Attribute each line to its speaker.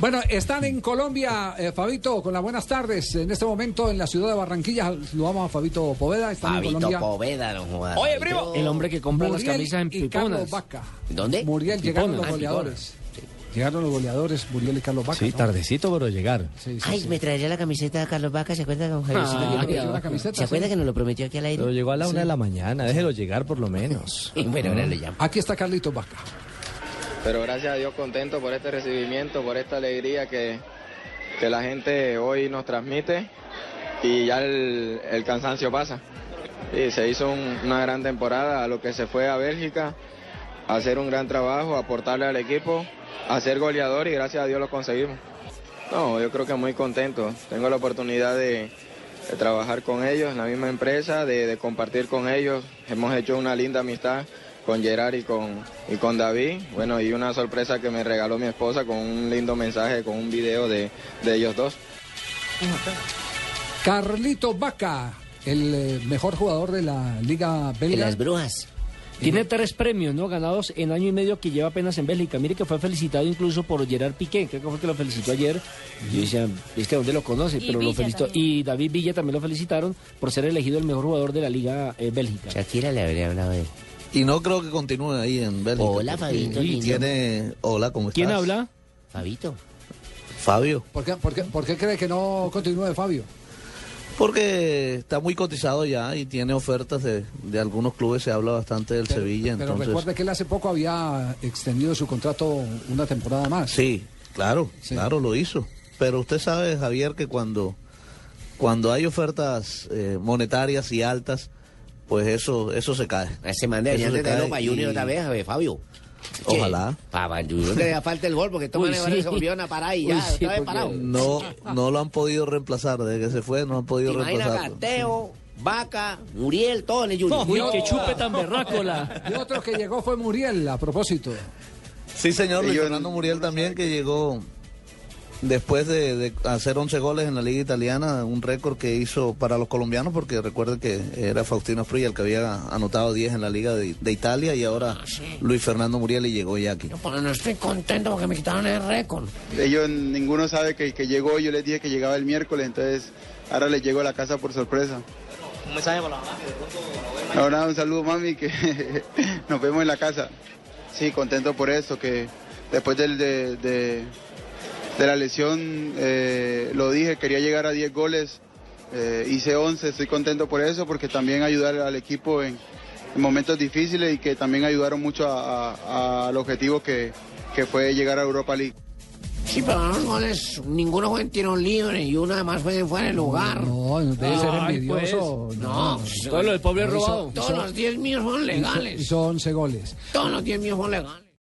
Speaker 1: Bueno, están en Colombia, eh, Fabito, con las buenas tardes. En este momento en la ciudad de Barranquilla, saludamos a Fabito Poveda. Están en Colombia.
Speaker 2: Fabito Poveda, don Juan.
Speaker 3: Oye, primo.
Speaker 4: El hombre que compra las
Speaker 1: Muriel
Speaker 4: camisas en
Speaker 1: y Carlos
Speaker 4: piponas.
Speaker 1: Vaca.
Speaker 2: ¿Dónde?
Speaker 1: Muriel, llegaron los
Speaker 4: Piponas. Ah,
Speaker 1: goleadores. Llegaron los goleadores, Muriel y Carlos Vaca.
Speaker 5: Sí,
Speaker 1: ¿no?
Speaker 5: tardecito, pero llegar.
Speaker 1: Sí, sí,
Speaker 2: Ay,
Speaker 1: sí.
Speaker 2: me traería la camiseta de Carlos Vaca, ¿se acuerda, don Javiercito?
Speaker 4: Ah,
Speaker 2: Que nos-
Speaker 4: ya va.
Speaker 1: Una camiseta,
Speaker 2: ¿Se acuerda
Speaker 1: sí.
Speaker 2: que nos lo prometió aquí al
Speaker 5: Pero
Speaker 2: aire?
Speaker 5: llegó a la una de la mañana, déjelo llegar por lo menos.
Speaker 2: Bueno, ahora le llamo.
Speaker 1: Aquí está Carlitos Vaca.
Speaker 6: Pero gracias a Dios contento por este recibimiento, por esta alegría que, que la gente hoy nos transmite y ya el, el cansancio pasa. Y se hizo un- una gran temporada a lo que se fue a Bélgica, a hacer un gran trabajo, a aportarle al equipo, a ser goleador y gracias a Dios lo conseguimos. No, yo creo que muy contento. Tengo la oportunidad de, de trabajar con ellos en la misma empresa, de, de compartir con ellos. Hemos hecho una linda amistad con Gerard y con, y con David. Bueno, y una sorpresa que me regaló mi esposa con un lindo mensaje, con un video de, de ellos dos.
Speaker 1: Carlitos Vaca, el eh, mejor jugador de la Liga
Speaker 2: En
Speaker 1: Belga.
Speaker 2: las brujas.
Speaker 4: Tiene tres premios, ¿no? Ganados en año y medio que lleva apenas en Bélgica. Mire que fue felicitado incluso por Gerard Piqué, creo que fue que lo felicitó ayer. Yo decía, ¿este dónde lo conoce?
Speaker 7: Y
Speaker 4: Pero lo
Speaker 7: Villa
Speaker 4: felicitó.
Speaker 7: también.
Speaker 4: Y David Villa también lo felicitaron por ser elegido el mejor jugador de la Liga eh, Bélgica.
Speaker 2: Shakira le habría hablado de él.
Speaker 8: Y no creo que continúe ahí en Bélgica.
Speaker 2: Hola,
Speaker 8: porque
Speaker 2: Fabito, lindo.
Speaker 8: Tiene... Hola, ¿cómo estás?
Speaker 4: ¿Quién habla?
Speaker 2: Fabito.
Speaker 8: Fabio.
Speaker 1: ¿Por qué, por, qué, por qué cree que no continúe Fabio?
Speaker 8: Porque está muy cotizado ya y tiene ofertas de, de algunos clubes. Se habla bastante del Sevilla.
Speaker 1: Pero
Speaker 8: entonces...
Speaker 1: recuerde que él hace poco había extendido su contrato una temporada más.
Speaker 8: Sí, claro,
Speaker 1: Sí.
Speaker 8: claro, lo hizo. Pero usted sabe, Javier, que cuando, cuando hay ofertas eh, monetarias y altas, pues eso, eso se cae.
Speaker 2: A ese man deberían
Speaker 8: Eso
Speaker 2: de
Speaker 8: se
Speaker 2: tenerlo
Speaker 8: cae
Speaker 2: para Junior
Speaker 8: y-
Speaker 2: otra vez, a ver, Fabio.
Speaker 8: Ojalá.
Speaker 2: Para Junior le da falta el gol porque estos
Speaker 4: Uy,
Speaker 2: manes
Speaker 4: sí.
Speaker 2: ahora se volvieron a parar y ya,
Speaker 4: Uy, sí,
Speaker 2: otra vez
Speaker 4: porque-
Speaker 2: parado.
Speaker 8: No, no lo han podido reemplazar, desde que se fue no han podido
Speaker 2: Imagina
Speaker 8: reemplazarlo.
Speaker 2: Canteo, Vaca, Muriel, todo en el Junior.
Speaker 4: Uy,
Speaker 1: no.
Speaker 4: que chupe tan berrácola.
Speaker 1: Y otro que llegó fue Muriel, a propósito.
Speaker 8: Sí, señor, Luis
Speaker 6: Ellos-
Speaker 8: Fernando Muriel también, que llegó después de, de hacer 11 goles en la Liga Italiana, un récord que hizo para los colombianos, porque recuerden que era Faustino Fruya el que había anotado 10 en la Liga de, de Italia, y ahora Luis Fernando Muriel y llegó ya aquí.
Speaker 2: No, pero no estoy contento porque me quitaron el récord.
Speaker 6: Ellos, ninguno sabe que, que llegó, yo les dije que llegaba el miércoles, entonces ahora les llego a la casa por sorpresa.
Speaker 3: Un mensaje para la mamá.
Speaker 6: Ahora un saludo mami, que nos vemos en la casa. Sí, contento por esto, que después del- de, de- de la lesión eh, lo dije, quería llegar a 10 goles, eh, hice 11, estoy contento por eso, porque también ayudar al equipo en, en momentos difíciles y que también ayudaron mucho a- a- al objetivo que- que fue llegar a Europa League.
Speaker 2: Sí, pero no los goles, ninguno fue en tiro libre y uno además fue de fuera del lugar.
Speaker 1: No, debe ser
Speaker 4: Ay, pues.
Speaker 1: envidioso.
Speaker 2: No,
Speaker 4: Todo lo del pobre
Speaker 1: No hizo-
Speaker 4: robado.
Speaker 2: todos los 10 míos son
Speaker 1: Hizo,
Speaker 2: legales.
Speaker 1: hizo 11 goles.
Speaker 2: Todos los 10 míos son legales.